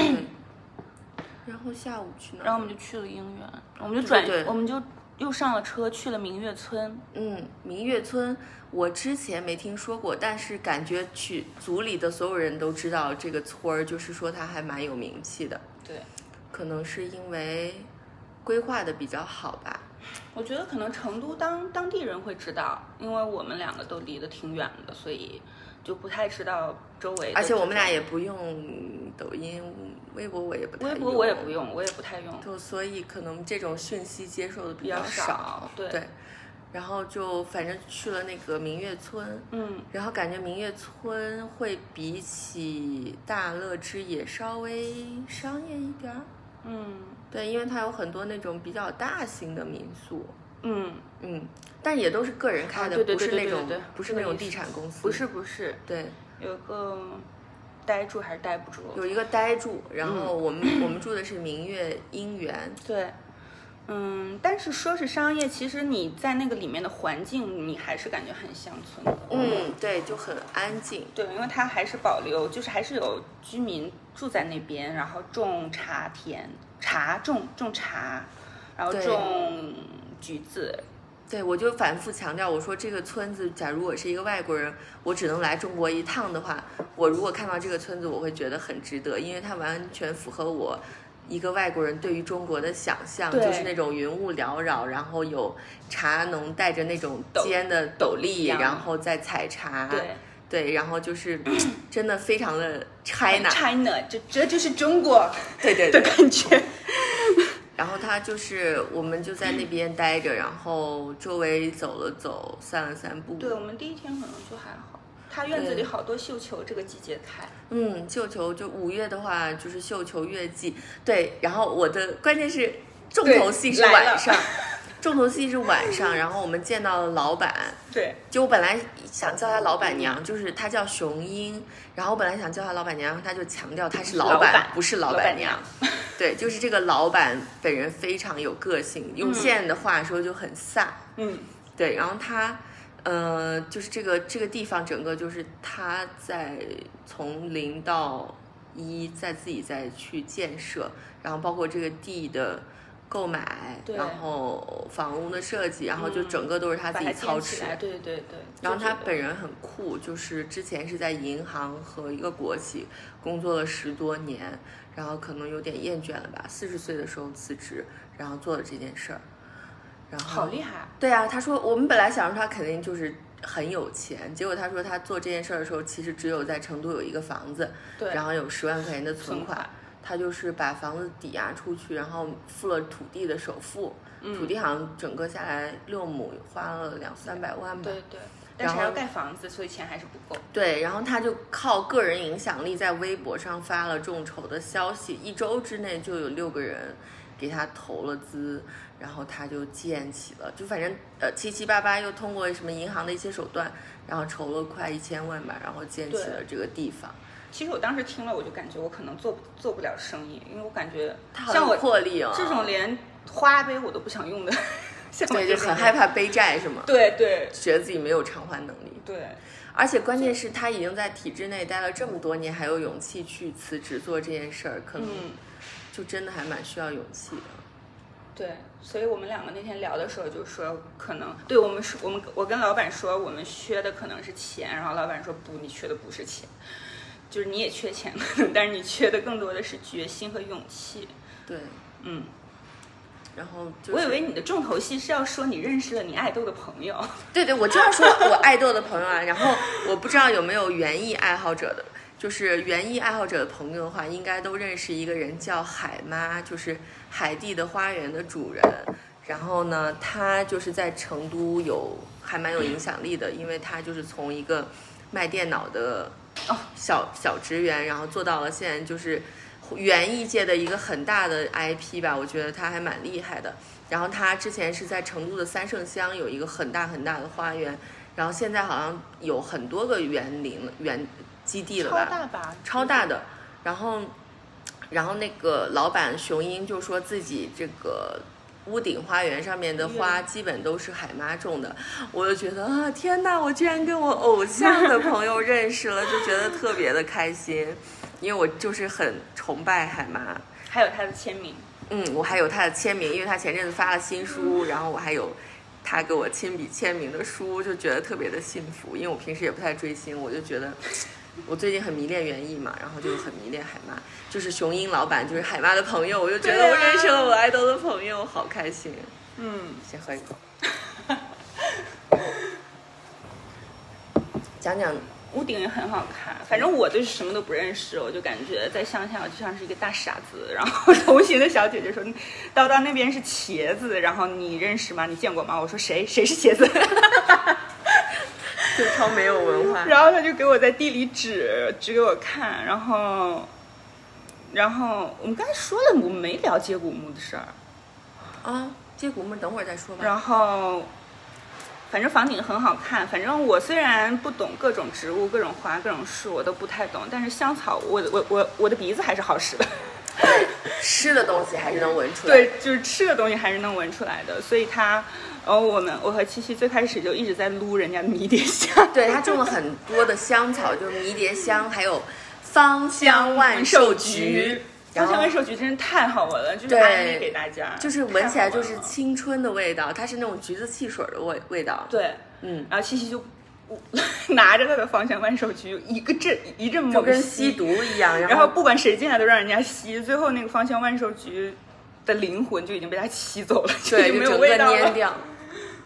Speaker 1: 然后下午去哪？
Speaker 2: 然后我们就去了应援，我们就转，
Speaker 1: 对对对
Speaker 2: 我们就又上了车去了明月村。
Speaker 1: 嗯，明月村我之前没听说过，但是感觉去组里的所有人都知道这个村儿，就是说它还蛮有名气的，
Speaker 2: 对，
Speaker 1: 可能是因为规划的比较好吧。
Speaker 2: 我觉得可能成都当当地人会知道，因为我们两个都离得挺远的，所以就不太知道周围的这种。
Speaker 1: 而且我们俩也不用抖音、微博，我也不太
Speaker 2: 微博我也不，用，我也不太用，
Speaker 1: 就所以可能这种讯息接受的比
Speaker 2: 比较
Speaker 1: 少。
Speaker 2: 少。对，
Speaker 1: 对，然后就反正去了那个明月村，
Speaker 2: 嗯，
Speaker 1: 然后感觉明月村会比起大乐之野稍微商业一点儿，
Speaker 2: 嗯
Speaker 1: 对，因为它有很多那种比较大型的民宿，
Speaker 2: 嗯，
Speaker 1: 嗯，但也都是个人开
Speaker 2: 啊
Speaker 1: 的，
Speaker 2: 对对对
Speaker 1: 不是
Speaker 2: 对
Speaker 1: 那
Speaker 2: 对
Speaker 1: 种
Speaker 2: 对
Speaker 1: 不是
Speaker 2: 这个
Speaker 1: 那种
Speaker 2: 意思
Speaker 1: 地产公司，
Speaker 2: 不是不是，
Speaker 1: 对，
Speaker 2: 有个待住还是待不住？
Speaker 1: 有一个呆住，然
Speaker 2: 嗯
Speaker 1: 后我们、我们住的是明月姻园，
Speaker 2: 对，嗯，但是说是商业，其实你在那个里面的环境，你还是感觉很乡村的。
Speaker 1: 嗯，对，就很安静，
Speaker 2: 对，因为它还是保留，就是还是有居民住在那边，然后种茶田，茶种种茶，然后
Speaker 1: 对
Speaker 2: 种橘子，
Speaker 1: 对，我就反复强调，我说这个村子，假如我是一个外国人，我只能来中国一趟的话，我如果看到这个村子，我会觉得很值得，因为它完全符合我一个外国人对于中国的想象，
Speaker 2: 对
Speaker 1: 就是那种云雾缭绕，然后有茶农带着那种尖的斗笠，
Speaker 2: 斗笠
Speaker 1: 然后再采茶，
Speaker 2: 对
Speaker 1: 对然后就是真的非常的 China，
Speaker 2: ，China，这这就是中 国
Speaker 1: 对对
Speaker 2: 的
Speaker 1: 对，
Speaker 2: 感觉。
Speaker 1: 然后他就是我们就在那边待着，然后周围走了走，散了散步，
Speaker 2: 对我们第一天可能就还好，它院子里
Speaker 1: 对
Speaker 2: 好多绣球，这个季节开。
Speaker 1: 嗯，绣球就五月的话就是绣球月季，对。然后我的关键是重头戏是
Speaker 2: 对来了
Speaker 1: 晚 上，重头戏是晚上。然后我们见到了老板，
Speaker 2: 对，
Speaker 1: 就我本来想叫她老板娘，就是她叫雄鹰，然后我本来想叫她老板娘，然后她就强调她是老
Speaker 2: 老
Speaker 1: 板，
Speaker 2: 板
Speaker 1: 不是老
Speaker 2: 老
Speaker 1: 板
Speaker 2: 板
Speaker 1: 娘。对，就是这个老板本人非常有个性，用现在的话说就很飒。
Speaker 2: 嗯，
Speaker 1: 对，然后他，呃，就是这个这个地方整个就是他在从零到一，在自己再去建设，然后包括这个地的购买，
Speaker 2: 对
Speaker 1: 然后房屋的设计，然后就
Speaker 2: 嗯
Speaker 1: 整个都是他
Speaker 2: 把
Speaker 1: 自
Speaker 2: 它
Speaker 1: 己操
Speaker 2: 建起
Speaker 1: 持。
Speaker 2: 来。对对对。
Speaker 1: 然后
Speaker 2: 就
Speaker 1: 他
Speaker 2: 觉得
Speaker 1: 本人很酷，就是之前是在银行和一个国企工作了十多年，然后可能有点厌倦了吧，四十岁的时候辞职，然后做了这件事儿，然后
Speaker 2: 好厉害，
Speaker 1: 对啊，他说我们本来想着他肯定就是很有钱，结果他说他做这件事儿的时候，其实只有在成都有一个房子，
Speaker 2: 对，
Speaker 1: 然后有十万块钱的存
Speaker 2: 存
Speaker 1: 款
Speaker 2: 款，
Speaker 1: 他就是把房子抵押出去，然后付了土地的首付，
Speaker 2: 嗯
Speaker 1: 土地好像整个下来六亩花了两三百万吧。
Speaker 2: 对对，但是
Speaker 1: 然
Speaker 2: 还要
Speaker 1: 后
Speaker 2: 盖房子，所以钱还是不够。
Speaker 1: 对，然后他就靠个人影响力在微博上发了众筹的消息，一周之内就有六个人给他投了资，然后他就建起了，就反正呃七七八八又通过什么银行的一些手段，然后筹了快一千万吧，然后建起
Speaker 2: 对
Speaker 1: 了这个地方。
Speaker 2: 其实我当时听了，我就感觉我可能做不做不了生意，因为我感觉
Speaker 1: 他
Speaker 2: 像
Speaker 1: 好
Speaker 2: 我
Speaker 1: 有魄力哦，
Speaker 2: 这种连花呗我都不想用的，像我
Speaker 1: 对就
Speaker 2: 这
Speaker 1: 很
Speaker 2: 种人
Speaker 1: 害。怕背债是吗？
Speaker 2: 对对
Speaker 1: 觉得自己没有偿还能力，
Speaker 2: 对，
Speaker 1: 而且关键是他已经在体制内待了这么多年，还有勇气去辞职做这件事儿，可能
Speaker 2: 嗯，
Speaker 1: 就真的还蛮需要勇气的。
Speaker 2: 对，所以我们两个那天聊的时候就说，可能对我们说，我们我跟老板说我们缺的可能是钱，然后老板说不，你缺的不是钱，就是你也缺钱， 但是你缺的更多的是决心和勇气。
Speaker 1: 对，
Speaker 2: 嗯，
Speaker 1: 然后就是、
Speaker 2: 我以为你的重头戏是要说你认识了你爱豆的朋友。
Speaker 1: 对对，我就要说我爱豆的朋友啊，然后我不知道有没有园艺爱好者的，就是园艺爱好者的朋友的话，应该都认识一个人叫海妈，就是海地的花园的主人。然后呢，他就是在成都有还蛮有影响力的，因为他就是从一个卖电脑的
Speaker 2: 哦
Speaker 1: 小小职员，然后做到了现在就是园艺界的一个很大的 IP 吧，我觉得他还蛮厉害的。然后他之前是在成都的三圣乡有一个很大很大的花园，然后现在好像有很多个园林了园基地了吧，
Speaker 2: 吧
Speaker 1: 超大的。然后，然后那个老板雄鹰就说自己这个屋顶花园上面的花基本都是海妈种的，我就觉得啊，天哪！我居然跟我偶像的朋友认识了，就觉得特别的开心，因为我就是很崇拜海妈。
Speaker 2: 还有他的签名。
Speaker 1: 嗯，我还有他的签名，因为他前阵子发了新书，然后我还有他给我亲笔签名的书，就觉得特别的幸福。因为我平时也不太追星，我就觉得 我最近很迷恋园艺嘛，然后就很迷恋海妈，就是雄鹰老板，就是海妈的朋友，我就觉得
Speaker 2: 对啊
Speaker 1: 我认识了我爱豆的朋友，好开心。
Speaker 2: 嗯，
Speaker 1: 先喝一口。讲讲，
Speaker 2: 屋顶也很好看。反正我对什么都不认识，我就感觉在乡下我就像是一个大傻子。然后 同行的小姐姐说：“叨叨那边是茄子，然后你认识吗？你见过吗？”我说：“谁谁是茄子？”
Speaker 1: 就超没有文化。
Speaker 2: 然后他就给我在地理指指给我看，然后，然后我们刚才说了，我们没聊接骨木的事儿。
Speaker 1: 啊，接骨木，等会儿再说吧。
Speaker 2: 然后，反正房顶很好看。反正我虽然不懂各种植物、各种花、各种树，我都不太懂，但是香草，我我我我的鼻子还是好使的。
Speaker 1: 吃的东西还是能闻出来。，
Speaker 2: 对，就是吃的东西还是能闻出来的。所以他，呃，我们我和七七最开始就一直在撸人家的迷迭香。
Speaker 1: 对他种了很多的香草，就是迷迭香，还有芳 香万寿菊。
Speaker 2: 芳
Speaker 1: 然
Speaker 2: 香
Speaker 1: 后
Speaker 2: 万寿菊真是太好闻了，就是
Speaker 1: 对
Speaker 2: 安利给大家，
Speaker 1: 就是闻起来
Speaker 2: 太好
Speaker 1: 就
Speaker 2: 闻
Speaker 1: 是
Speaker 2: 了
Speaker 1: 青春的味道，它是那种橘子汽水的味味道。，
Speaker 2: 对，
Speaker 1: 嗯，
Speaker 2: 然后七七就 拿着他的芳香万寿菊，一个阵一阵
Speaker 1: 就
Speaker 2: 猛
Speaker 1: 跟吸毒一样。
Speaker 2: 然
Speaker 1: 然
Speaker 2: 后不管谁进来都让人家吸，最后那个芳香万寿菊的灵魂就已经被他吸走了，就已
Speaker 1: 对，
Speaker 2: 经
Speaker 1: 就整个
Speaker 2: 没有味道了
Speaker 1: 蔫。掉。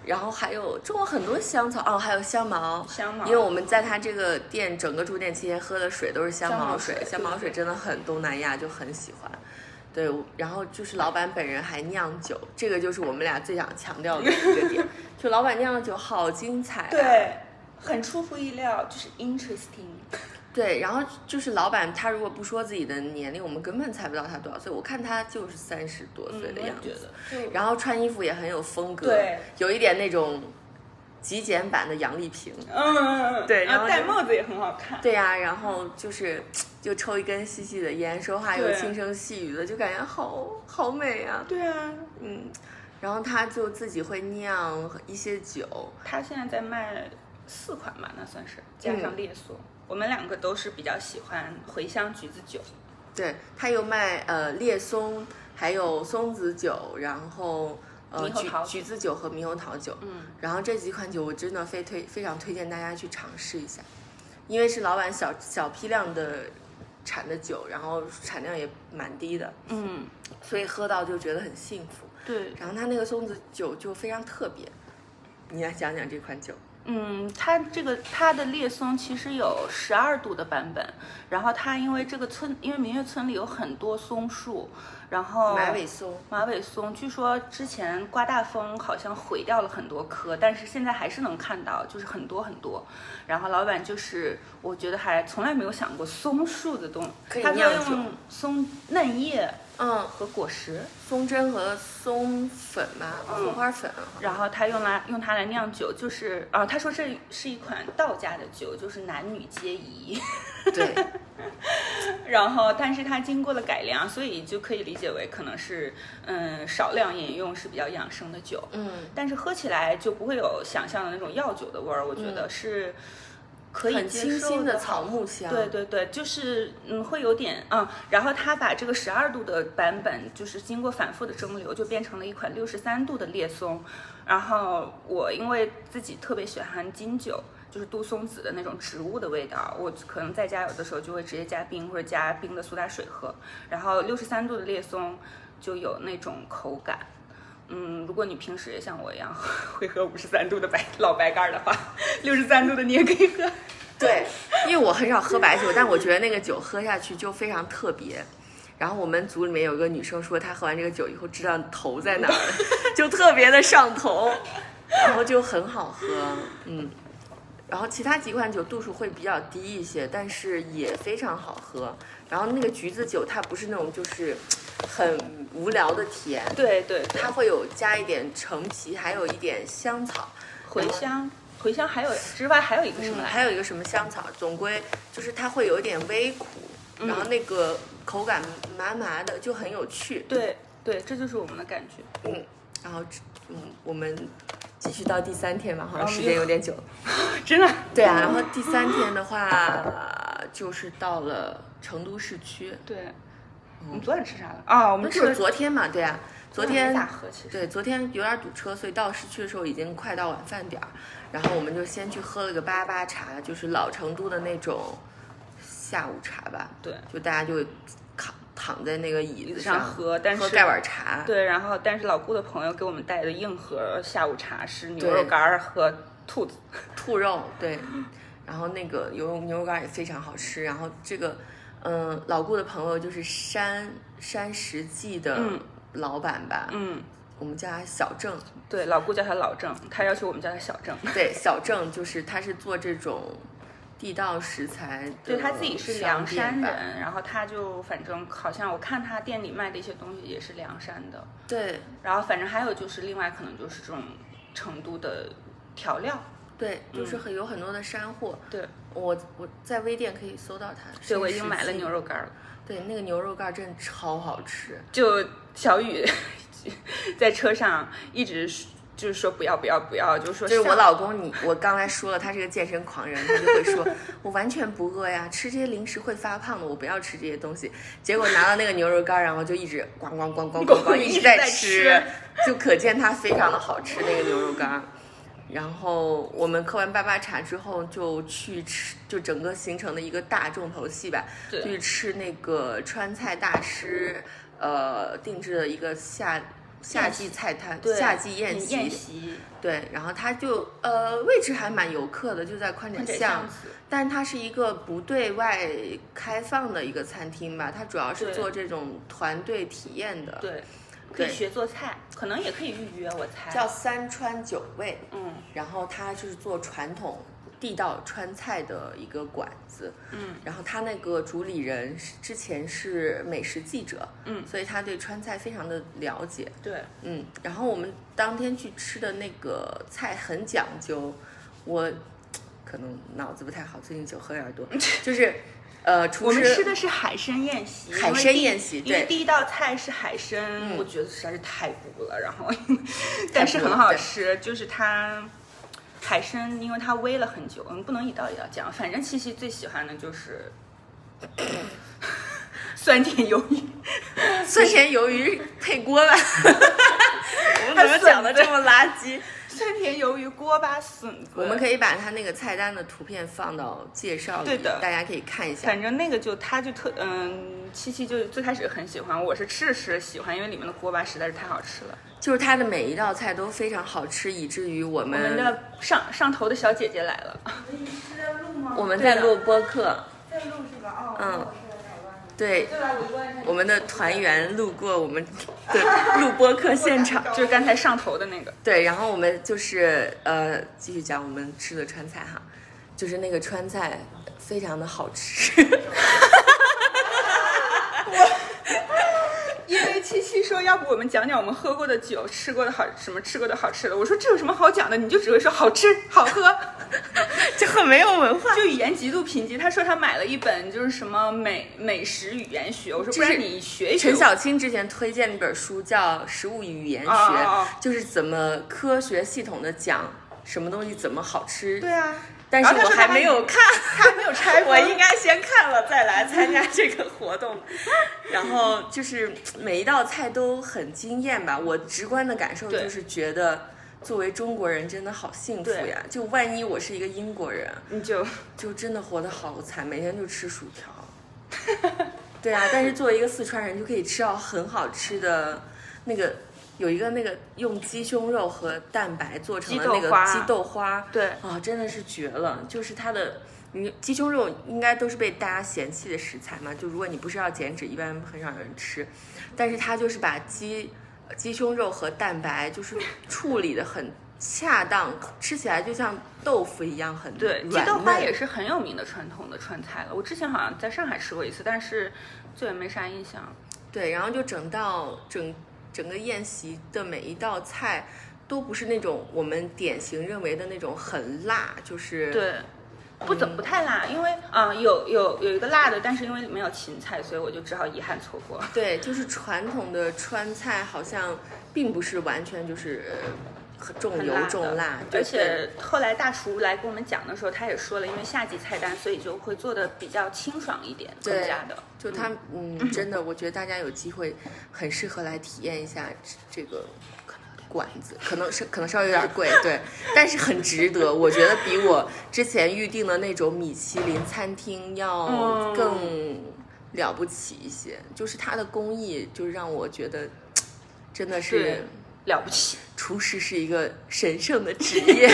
Speaker 1: 然后还有种了很多香草哦，还有香茅，
Speaker 2: 香茅
Speaker 1: 因为我们在它这个店整个住店期间喝的水都是香
Speaker 2: 香茅
Speaker 1: 茅水，
Speaker 2: 水
Speaker 1: 香茅水真的很东南亚就很喜欢。对，我然后就是老板本人还酿酒，这个就是我们俩最想强调的一个点， 就老板酿的酒好精彩、啊，
Speaker 2: 对，很出乎意料，就是 interesting。
Speaker 1: 对，然后就是老板他如果不说自己的年龄，我们根本猜不到他多少岁，我看他就是三十多
Speaker 2: 嗯
Speaker 1: 岁的样子，
Speaker 2: 得
Speaker 1: 然后穿衣服也很有风格，
Speaker 2: 对，
Speaker 1: 有一点那种极简版的杨丽萍。
Speaker 2: 嗯嗯嗯，
Speaker 1: 对
Speaker 2: 然
Speaker 1: 然
Speaker 2: 后
Speaker 1: 后
Speaker 2: 戴
Speaker 1: 就
Speaker 2: 帽子也很好看。
Speaker 1: 对呀、然后就是就抽一根细细的烟，说话又
Speaker 2: 对
Speaker 1: 轻声细语的，就感觉好好美啊。
Speaker 2: 对啊，
Speaker 1: 嗯，然后他就自己会酿一些酒，
Speaker 2: 他现在在卖四款吧，那算是加上
Speaker 1: 嗯
Speaker 2: 烈索。我们两个都是比较喜欢茴香橘子酒，
Speaker 1: 对他又卖呃烈松，还有松子酒，然后呃
Speaker 2: 猕猴
Speaker 1: 橘
Speaker 2: 桃
Speaker 1: 橘子酒和猕猴桃酒。
Speaker 2: 嗯，
Speaker 1: 然后这几款酒我真的非推非常推荐大家去尝试一下，因为是老板小小批量的产的酒，然后产量也蛮低的，
Speaker 2: 嗯，
Speaker 1: 所以喝到就觉得很幸福。
Speaker 2: 对，
Speaker 1: 然后它那个松子酒就非常特别，你来讲讲这款酒。
Speaker 2: 嗯，它这个它的烈松其实有十二度的版本，然后它因为这个村，因为明月村里有很多松树，然后
Speaker 1: 马尾松，
Speaker 2: 马尾松，据说之前刮大风好像毁掉了很多棵，但是现在还是能看到，就是很多很多。然后老板就是，我觉得还从来没有想过松树的东，
Speaker 1: 可以
Speaker 2: 他说
Speaker 1: 酿酒
Speaker 2: 用松嫩叶
Speaker 1: 嗯，
Speaker 2: 和果实，
Speaker 1: 松针和松粉吧，
Speaker 2: 嗯
Speaker 1: 松花粉。啊
Speaker 2: 然后他用来用它来酿酒，就是啊，他说这是一款道家的酒，就是男女皆宜。
Speaker 1: 对，
Speaker 2: 然后，但是它经过了改良，所以就可以理解为可能是，嗯，少量饮用是比较养生的酒，
Speaker 1: 嗯，
Speaker 2: 但是喝起来就不会有想象的那种药酒的味儿，我觉得是可以
Speaker 1: 嗯很
Speaker 2: 接
Speaker 1: 清
Speaker 2: 受
Speaker 1: 新的
Speaker 2: 的
Speaker 1: 草木香。
Speaker 2: 对对对，就是嗯，会有点嗯，然后他把这个十二度的版本，就是经过反复的蒸馏，就变成了一款六十三度的烈松。然后我因为自己特别喜欢金酒，就是杜松子的那种植物的味道，我可能在家有的时候就会直接加冰或者加冰的苏打水喝。然后六十三度的烈松就有那种口感。嗯，如果你平时也像我一样 会喝五十三度的白老白干儿的话，六十三度的你也可以喝。
Speaker 1: 对，因为我很少喝白酒，但我觉得那个酒喝下去就非常特别。然后我们组里面有个女生说，她喝完这个酒以后知道头在哪儿了， 就特别的上头，然后就很好喝，嗯。然后其他几款酒度数会比较低一些，但是也非常好喝。然后那个橘子酒它不是那种就是很无聊的甜，
Speaker 2: 对对对。
Speaker 1: 它会有加一点橙皮，还有一点香草，
Speaker 2: 茴香，茴香还有之外还有一个什么
Speaker 1: 嗯，
Speaker 2: 来着？
Speaker 1: 还有一个什么香草，总归就是它会有一点微苦，然后那个口感麻麻的，就很有趣。，
Speaker 2: 对对，这就是我们的感 觉。
Speaker 1: 嗯，然后嗯，我们继续到第三天吧，好像
Speaker 2: 哦没有
Speaker 1: 时间有点久。
Speaker 2: 真的，
Speaker 1: 对啊，然后第三天的话就是到了成都市区，
Speaker 2: 对，我们昨晚吃啥了？啊，我们
Speaker 1: 哦那
Speaker 2: 吃
Speaker 1: 是
Speaker 2: 了
Speaker 1: 昨天嘛，对啊，昨
Speaker 2: 没
Speaker 1: 天
Speaker 2: 咋喝，其实
Speaker 1: 对，昨天有点堵车，所以到市区的时候已经快到晚饭点儿，然后我们就先去喝了个八八茶，就是老成都的那种下午茶吧，
Speaker 2: 对，
Speaker 1: 就大家就躺躺在那个椅
Speaker 2: 椅
Speaker 1: 子
Speaker 2: 子上喝，但
Speaker 1: 喝
Speaker 2: 是
Speaker 1: 盖碗茶，
Speaker 2: 对，然后但是老顾的朋友给我们带的硬核下午茶是牛
Speaker 1: 对
Speaker 2: 肉干儿和兔子，
Speaker 1: 兔肉，对，然后那个牛肉牛肉干也非常好吃。然后这个，嗯、老顾的朋友就是山山食记的
Speaker 2: 嗯
Speaker 1: 老板吧，
Speaker 2: 嗯，
Speaker 1: 我们叫他小郑。
Speaker 2: 对，老顾叫他老郑，他要求我们叫他小郑。
Speaker 1: 对，小郑就是他是做这种地道食材的商店吧，
Speaker 2: 对他自己是凉山人，然后他就反正好像我看他店里卖的一些东西也是凉山的，
Speaker 1: 对
Speaker 2: 然后反正还有就是另外可能就是这种成都的调料，
Speaker 1: 对，
Speaker 2: 嗯
Speaker 1: 就是很有很多的山货。
Speaker 2: 对，
Speaker 1: 我我在微店可以搜到它。
Speaker 2: 对
Speaker 1: 山
Speaker 2: 我已经
Speaker 1: 食
Speaker 2: 买了
Speaker 1: 记
Speaker 2: 牛。肉干了。
Speaker 1: 对，那个牛肉干真的超好吃。
Speaker 2: 就小雨 在车上一直就是说不要不要不要，就说
Speaker 1: 就是我
Speaker 2: 上
Speaker 1: 老公你，我刚才说了，他是个健身狂人，他就会说， 我完全不饿呀，吃这些零食会发胖的，我不要吃这些东西。结果拿到那个牛肉干，然后就一直咣咣咣咣咣咣
Speaker 2: 一
Speaker 1: 直
Speaker 2: 直
Speaker 1: 在
Speaker 2: 在
Speaker 1: 吃
Speaker 2: 吃，
Speaker 1: 就可见他非常的好吃那个牛肉干。然后我们喝完八八茶之后，就去吃，就整个行程的一个大重头戏吧，就
Speaker 2: 对
Speaker 1: 去吃那个川菜大师呃定制的一个夏夏季菜摊，
Speaker 2: 对
Speaker 1: 夏季宴席
Speaker 2: 宴席
Speaker 1: 对，然后它就呃位置还蛮游客的，就在宽窄
Speaker 2: 看这
Speaker 1: 巷
Speaker 2: 样，子，
Speaker 1: 但是它是一个不对外开放的一个餐厅吧，它主要是
Speaker 2: 对
Speaker 1: 做这种团队体验的，
Speaker 2: 对，可以
Speaker 1: 对
Speaker 2: 学做菜，可能也可以预约，我猜。
Speaker 1: 叫三川九味，
Speaker 2: 嗯
Speaker 1: 然后它就是做传统地道川菜的一个馆子，
Speaker 2: 嗯，
Speaker 1: 然后他那个主理人是之前是美食记者，
Speaker 2: 嗯
Speaker 1: 所以他对川菜非常的了解，
Speaker 2: 对，
Speaker 1: 嗯，然后我们当天去吃的那个菜很讲究，我可能脑子不太好，最近酒喝有点 多，就是呃，厨
Speaker 2: 我们吃
Speaker 1: 师
Speaker 2: 的是海参宴席，
Speaker 1: 海
Speaker 2: 因为
Speaker 1: 参
Speaker 2: 第
Speaker 1: 宴席
Speaker 2: 因为
Speaker 1: 对嗯
Speaker 2: 第一道菜是海参，我觉得实在是太补了，然 后但是
Speaker 1: 补了
Speaker 2: 很好
Speaker 1: 对
Speaker 2: 吃，就是它海参，因为它煨了很久，我们不能一道一道讲，反正七七最喜欢的就是。 酸甜鱿鱼，
Speaker 1: 酸甜鱿鱼配锅 巴，我们怎么讲的这么垃圾？
Speaker 2: 酸甜鱿鱼锅巴笋子，
Speaker 1: 我们可以把他那个菜单的图片放到介绍里，
Speaker 2: 对的
Speaker 1: 大家可以看一下。
Speaker 2: 反正那个就他就特嗯，七七就最开始很喜欢，我是吃着吃着喜欢，因为里面的锅巴实在是太好吃了。
Speaker 1: 就是它的每一道菜都非常好吃，以至于我
Speaker 2: 我
Speaker 1: 们
Speaker 2: 们的上上头的小姐姐来了，
Speaker 3: 是在录吗？
Speaker 1: 我们在录播客，
Speaker 3: 在录是吧？哦，
Speaker 1: 嗯
Speaker 3: 那我是台湾的。
Speaker 1: 对
Speaker 3: 对吧？我问一下，
Speaker 1: 我们的团员路过我们的 录播客现场。
Speaker 2: 就是刚才上头的那个。
Speaker 1: 对，然后我们就是呃，继续讲我们吃的川菜哈，就是那个川菜非常的好吃，
Speaker 2: 因为七七说，要不我们讲讲我们喝过的酒、吃过的好什么吃过的好吃的。我说这有什么好讲的？你就只会说好吃、好喝，
Speaker 1: 就很没有文化。
Speaker 2: 就语言极度贫瘠。他说他买了一本就是什么美美食语言学，我说不
Speaker 1: 就是
Speaker 2: 然你学一学。
Speaker 1: 陈小青之前推荐的一本书叫《食物与语言学》，
Speaker 2: 哦哦哦
Speaker 1: 就是怎么科学系统的讲什么东西怎么好吃。
Speaker 2: 对啊，
Speaker 1: 但是
Speaker 2: 然后他
Speaker 1: 我
Speaker 2: 说
Speaker 1: 还
Speaker 2: 他
Speaker 1: 没有看，
Speaker 2: 他没有拆封
Speaker 1: 我应该先看了再来参加这个活动。然后就是每一道菜都很惊艳吧，我直观的感受
Speaker 2: 对
Speaker 1: 就是觉得。作为中国人，真的好幸福呀！就万一我是一个英国人，
Speaker 2: 你就
Speaker 1: 就真的活得好惨，每天就吃薯条。 对啊，但是作为一个四川人，就可以吃到很好吃的那个，有一个那个用鸡胸肉和蛋白做成的那
Speaker 2: 鸡
Speaker 1: 个
Speaker 2: 豆花
Speaker 1: 鸡豆花，
Speaker 2: 对
Speaker 1: 啊，真的是绝了！就是它的，你鸡胸肉应该都是被大家嫌弃的食材嘛，就如果你不是要减脂，一般很少有人吃，但是它就是把鸡鸡胸肉和蛋白就是处理的很。恰当，吃起来就像豆腐一样很
Speaker 2: 对，鸡
Speaker 1: 软
Speaker 2: 豆花
Speaker 1: 嫩
Speaker 2: 也是很有名的传统的川菜了。我之前好像在上海吃过一次，但是就也没啥印象。
Speaker 1: 对，然后就整道整整个宴席的每一道菜都不是那种我们典型认为的那种很辣，就是
Speaker 2: 对，不怎不太辣，因为啊、有有有一个辣的，但是因为里面有芹菜，所以我就只好遗憾错过。
Speaker 1: 对就是传统的川菜好像并不是完全就是呃重
Speaker 2: 很
Speaker 1: 油
Speaker 2: 辣的
Speaker 1: 重辣，对
Speaker 2: 而且后来大厨来跟我们讲的时候，他也说了，因为夏季菜单，所以就会做的比较清爽一点，
Speaker 1: 对
Speaker 2: 更加的。
Speaker 1: 就他嗯，真的，我觉得大家有机会很适合来体验一下这个馆子，可能是可能稍微有点贵，对，但是很值得。我觉得比我之前预定的那种米其林餐厅要
Speaker 2: 嗯
Speaker 1: 更了不起一些，就是它的工艺，就让我觉得真的
Speaker 2: 对
Speaker 1: 是
Speaker 2: 了 不起，
Speaker 1: 厨师是一个神圣的职 业。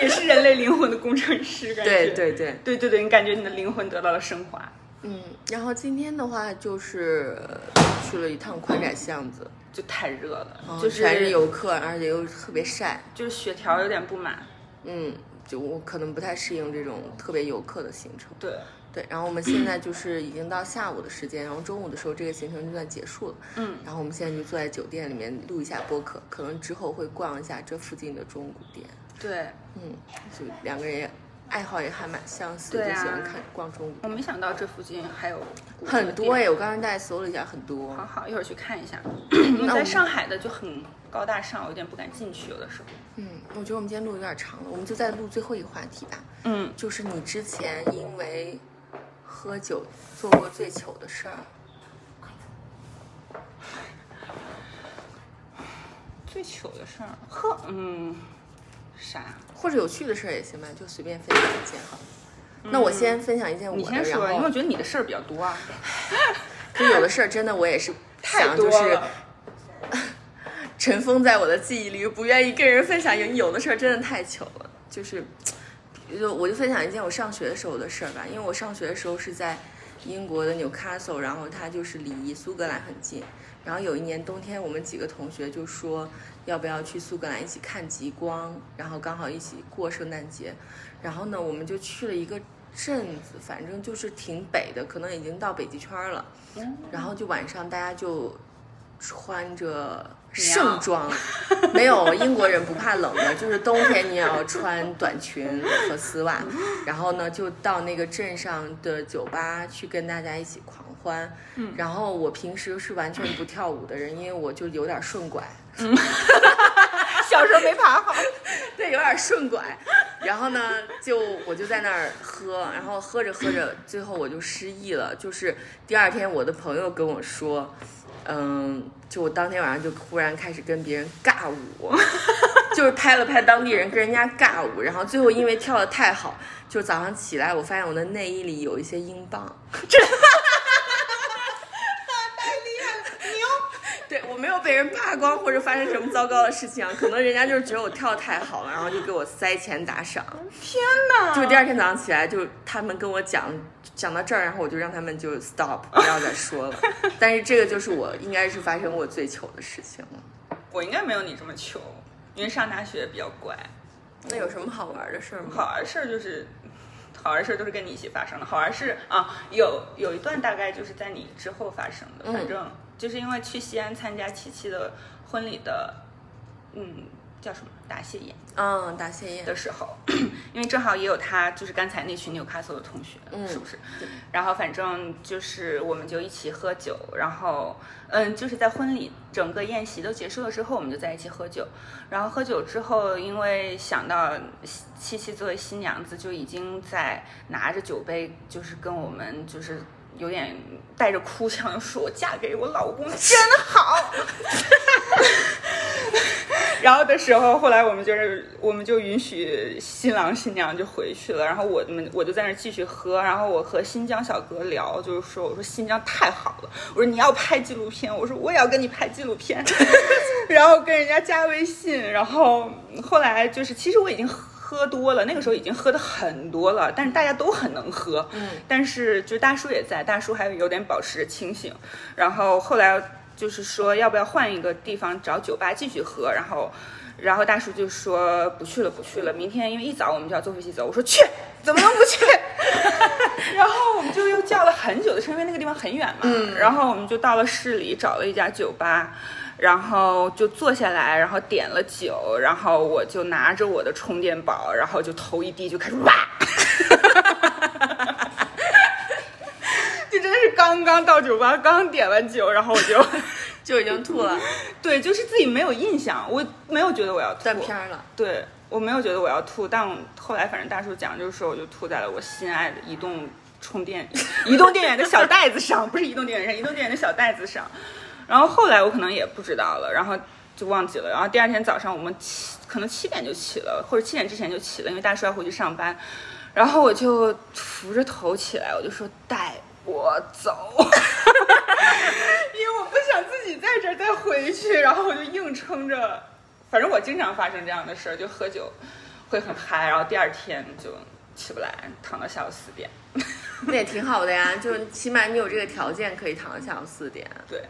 Speaker 2: 也是人类灵魂的工程师，感
Speaker 1: 对
Speaker 2: 觉
Speaker 1: 对对，
Speaker 2: 对对对，你感觉你的灵魂得到了升华。
Speaker 1: 嗯，然后今天的话就是去了一趟宽窄巷子。
Speaker 2: 就太热了，
Speaker 1: 哦
Speaker 2: 就是
Speaker 1: 全是游客，而且又特别晒，
Speaker 2: 就是血条有点不满。
Speaker 1: 嗯，就我可能不太适应这种特别游客的行程。
Speaker 2: 对，
Speaker 1: 对，然后我们现在就是已经到下午的时间，然后中午的时候这个行程就算结束了，
Speaker 2: 嗯，
Speaker 1: 然后我们现在就坐在酒店里面录一下播客，可能之后会逛一下这附近的中古店，
Speaker 2: 对，
Speaker 1: 嗯，就两个人也爱好也还蛮相似，
Speaker 2: 对
Speaker 1: 就
Speaker 2: 啊
Speaker 1: 喜欢看逛中古，
Speaker 2: 我没想到这附近还有古着
Speaker 1: 很多
Speaker 2: 店
Speaker 1: 耶，我刚刚大概搜了一下，很多。
Speaker 2: 好好，一会儿去看 一下。因为在上海的就很高大上，我有点不敢进去，有的时候。
Speaker 1: 嗯，我觉得我们今天录有点长了，我们就再录最后一个话题吧。
Speaker 2: 嗯，
Speaker 1: 就是你之前因为喝酒做过最糗的事儿，
Speaker 2: 最糗的事儿，喝，嗯，啥？
Speaker 1: 或者有趣的事儿也行吧，就随便分享一件哈。那我先分享一件我
Speaker 2: 嗯你
Speaker 1: 的，
Speaker 2: 先
Speaker 1: 然
Speaker 2: 说，因为我
Speaker 1: 后
Speaker 2: 觉得你的事儿比较多啊，
Speaker 1: 可有的事儿真的我也 是想就
Speaker 2: 多
Speaker 1: 是
Speaker 2: 了。
Speaker 1: 尘封在我的记忆里，不愿意跟人分享。有有的事儿真的太糗了，就是，就我就分享一件我上学的时候的事儿吧，因为我上学的时候是在英国的纽卡素，然后它就是离苏格兰很近。然后有一年冬天，我们几个同学就说要不要去苏格兰一起看极光，然后刚好一起过圣诞节。然后呢，我们就去了一个镇子，反正就是挺北的，可能已经到北极圈了。然后就晚上大家就穿着盛装， 没有英国人不怕冷的，就是冬天你也要穿短裙和丝袜。然后呢，就到那个镇上的酒吧去跟大家一起狂欢。嗯，然后我平时是完全不跳舞的人，因为我就有点顺拐。
Speaker 2: 小时候没爬好。
Speaker 1: 对，有点顺拐。然后呢，就我就在那儿喝，然后喝着喝着，最后我就失忆了。就是第二天，我的朋友跟我说，嗯，就我当天晚上就忽然开始跟别人尬舞， 就是拍了拍当地人，跟人家尬舞。然后最后因为跳的太好，就早上起来，我发现我的内衣里有一些英镑。对我没有被人扒光或者发生什么糟糕的事情啊，可能人家就是觉得我跳得太好了，然后就给我塞钱打赏。
Speaker 2: 天哪！
Speaker 1: 就第二天早上起来，就他们跟我讲讲到这儿，然后我就让他们就 stop，不要再说了。但是这个就是我应该是发生过最糗的事情了。
Speaker 2: 我应该没有你这么糗，因为上大学比较乖。
Speaker 1: 那有什么好玩的事儿吗？
Speaker 2: 好玩事儿就是，好玩事儿都是跟你一起发生的。好玩事啊，有有一段大概就是在你之后发生的，
Speaker 1: 嗯
Speaker 2: 反正就是因为去西安参加七七的婚礼的，嗯，叫什么答谢宴
Speaker 1: 嗯，答谢宴
Speaker 2: 的 时候，因为正好也有他就是刚才那群纽卡素的同学，
Speaker 1: 嗯
Speaker 2: 是不是
Speaker 1: 对？
Speaker 2: 然后反正就是我们就一起喝酒，然后嗯，就是在婚礼整个宴席都结束了之后，我们就在一起喝酒。然后喝酒之后，因为想到西七七作为新娘子，就已经在拿着酒杯，就是跟我们就是。有点带着哭腔说：“我嫁给我老公真好。”然后的时候，后来我们就是，我们就允许新郎新娘就回去了，然后我们我就在那儿继续喝，然后我和新疆小哥聊，就是说，我说新疆太好了，我说你要拍纪录片，我说我也要跟你拍纪录片， 然后跟人家加微信，然后后来就是，其实我已经喝多了，那个时候已经喝的很多了，但是大家都很能喝，嗯，但是就大叔也在，大叔还有点保持着清醒，然后后来就是说要不要换一个地方找酒吧继续喝，然后。然后大叔就说不去了，不去了。明天因为一早我们就要坐飞机走，我说去，怎么能不去？然后我们就又叫了很久的车，因为那个地方很远嘛。然后我们就到了市里找了一家酒吧，然后就坐下来，然后点了酒，然后我就拿着我的充电宝，然后就头一低就开始哇， 就真的是刚刚到酒吧，刚点完酒，然后我就
Speaker 1: 就已经吐了，
Speaker 2: 对，就是自己没有印象，我没有觉得我要吐，
Speaker 1: 断片儿了。
Speaker 2: 对我没有觉得我要吐，但后来反正大叔讲，就是我就吐在了我心爱的移动充电、 移动电源的小袋子上，不是移动电源上，移动电源的小袋子上。然后后来我可能也不知道了，然后就忘记了。然后第二天早上我们七可能七点就起了，或者七点之前就起了，因为大叔要回去上班。然后我就扶着头起来，我就说带我走， 因为我不想自己在这儿再回去。然后我就硬撑着，反正我经常发生这样的事儿，就喝酒会很嗨，然后第二天就起不来，躺到下午四点。
Speaker 1: 那也挺好的呀，就是起码你有这个条件可以躺到下午四点。
Speaker 2: 对，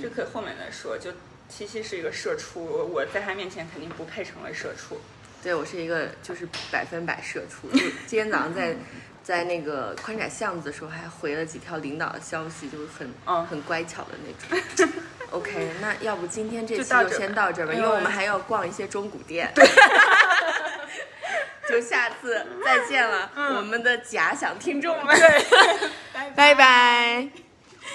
Speaker 2: 这可以后面再说。就七七是一个社畜，我我在他面前肯定不配成为社畜。
Speaker 1: 对我是一个就是百分百社畜，就今天早上
Speaker 2: 嗯
Speaker 1: 在在那个宽窄巷子的时候还回了几条领导的消息，就是很、
Speaker 2: 嗯
Speaker 1: 很乖巧的那种。OK，那要不今天这期
Speaker 2: 就到
Speaker 1: 就
Speaker 2: 这
Speaker 1: 先
Speaker 2: 吧
Speaker 1: 到这儿吧，
Speaker 2: 没
Speaker 1: 因为我
Speaker 2: 问
Speaker 1: 们
Speaker 2: 题
Speaker 1: 还要逛一些中古店。对， 就下
Speaker 2: 嗯
Speaker 1: 次再见了，我们的假想听众们，
Speaker 2: 对，拜拜。
Speaker 1: 拜拜。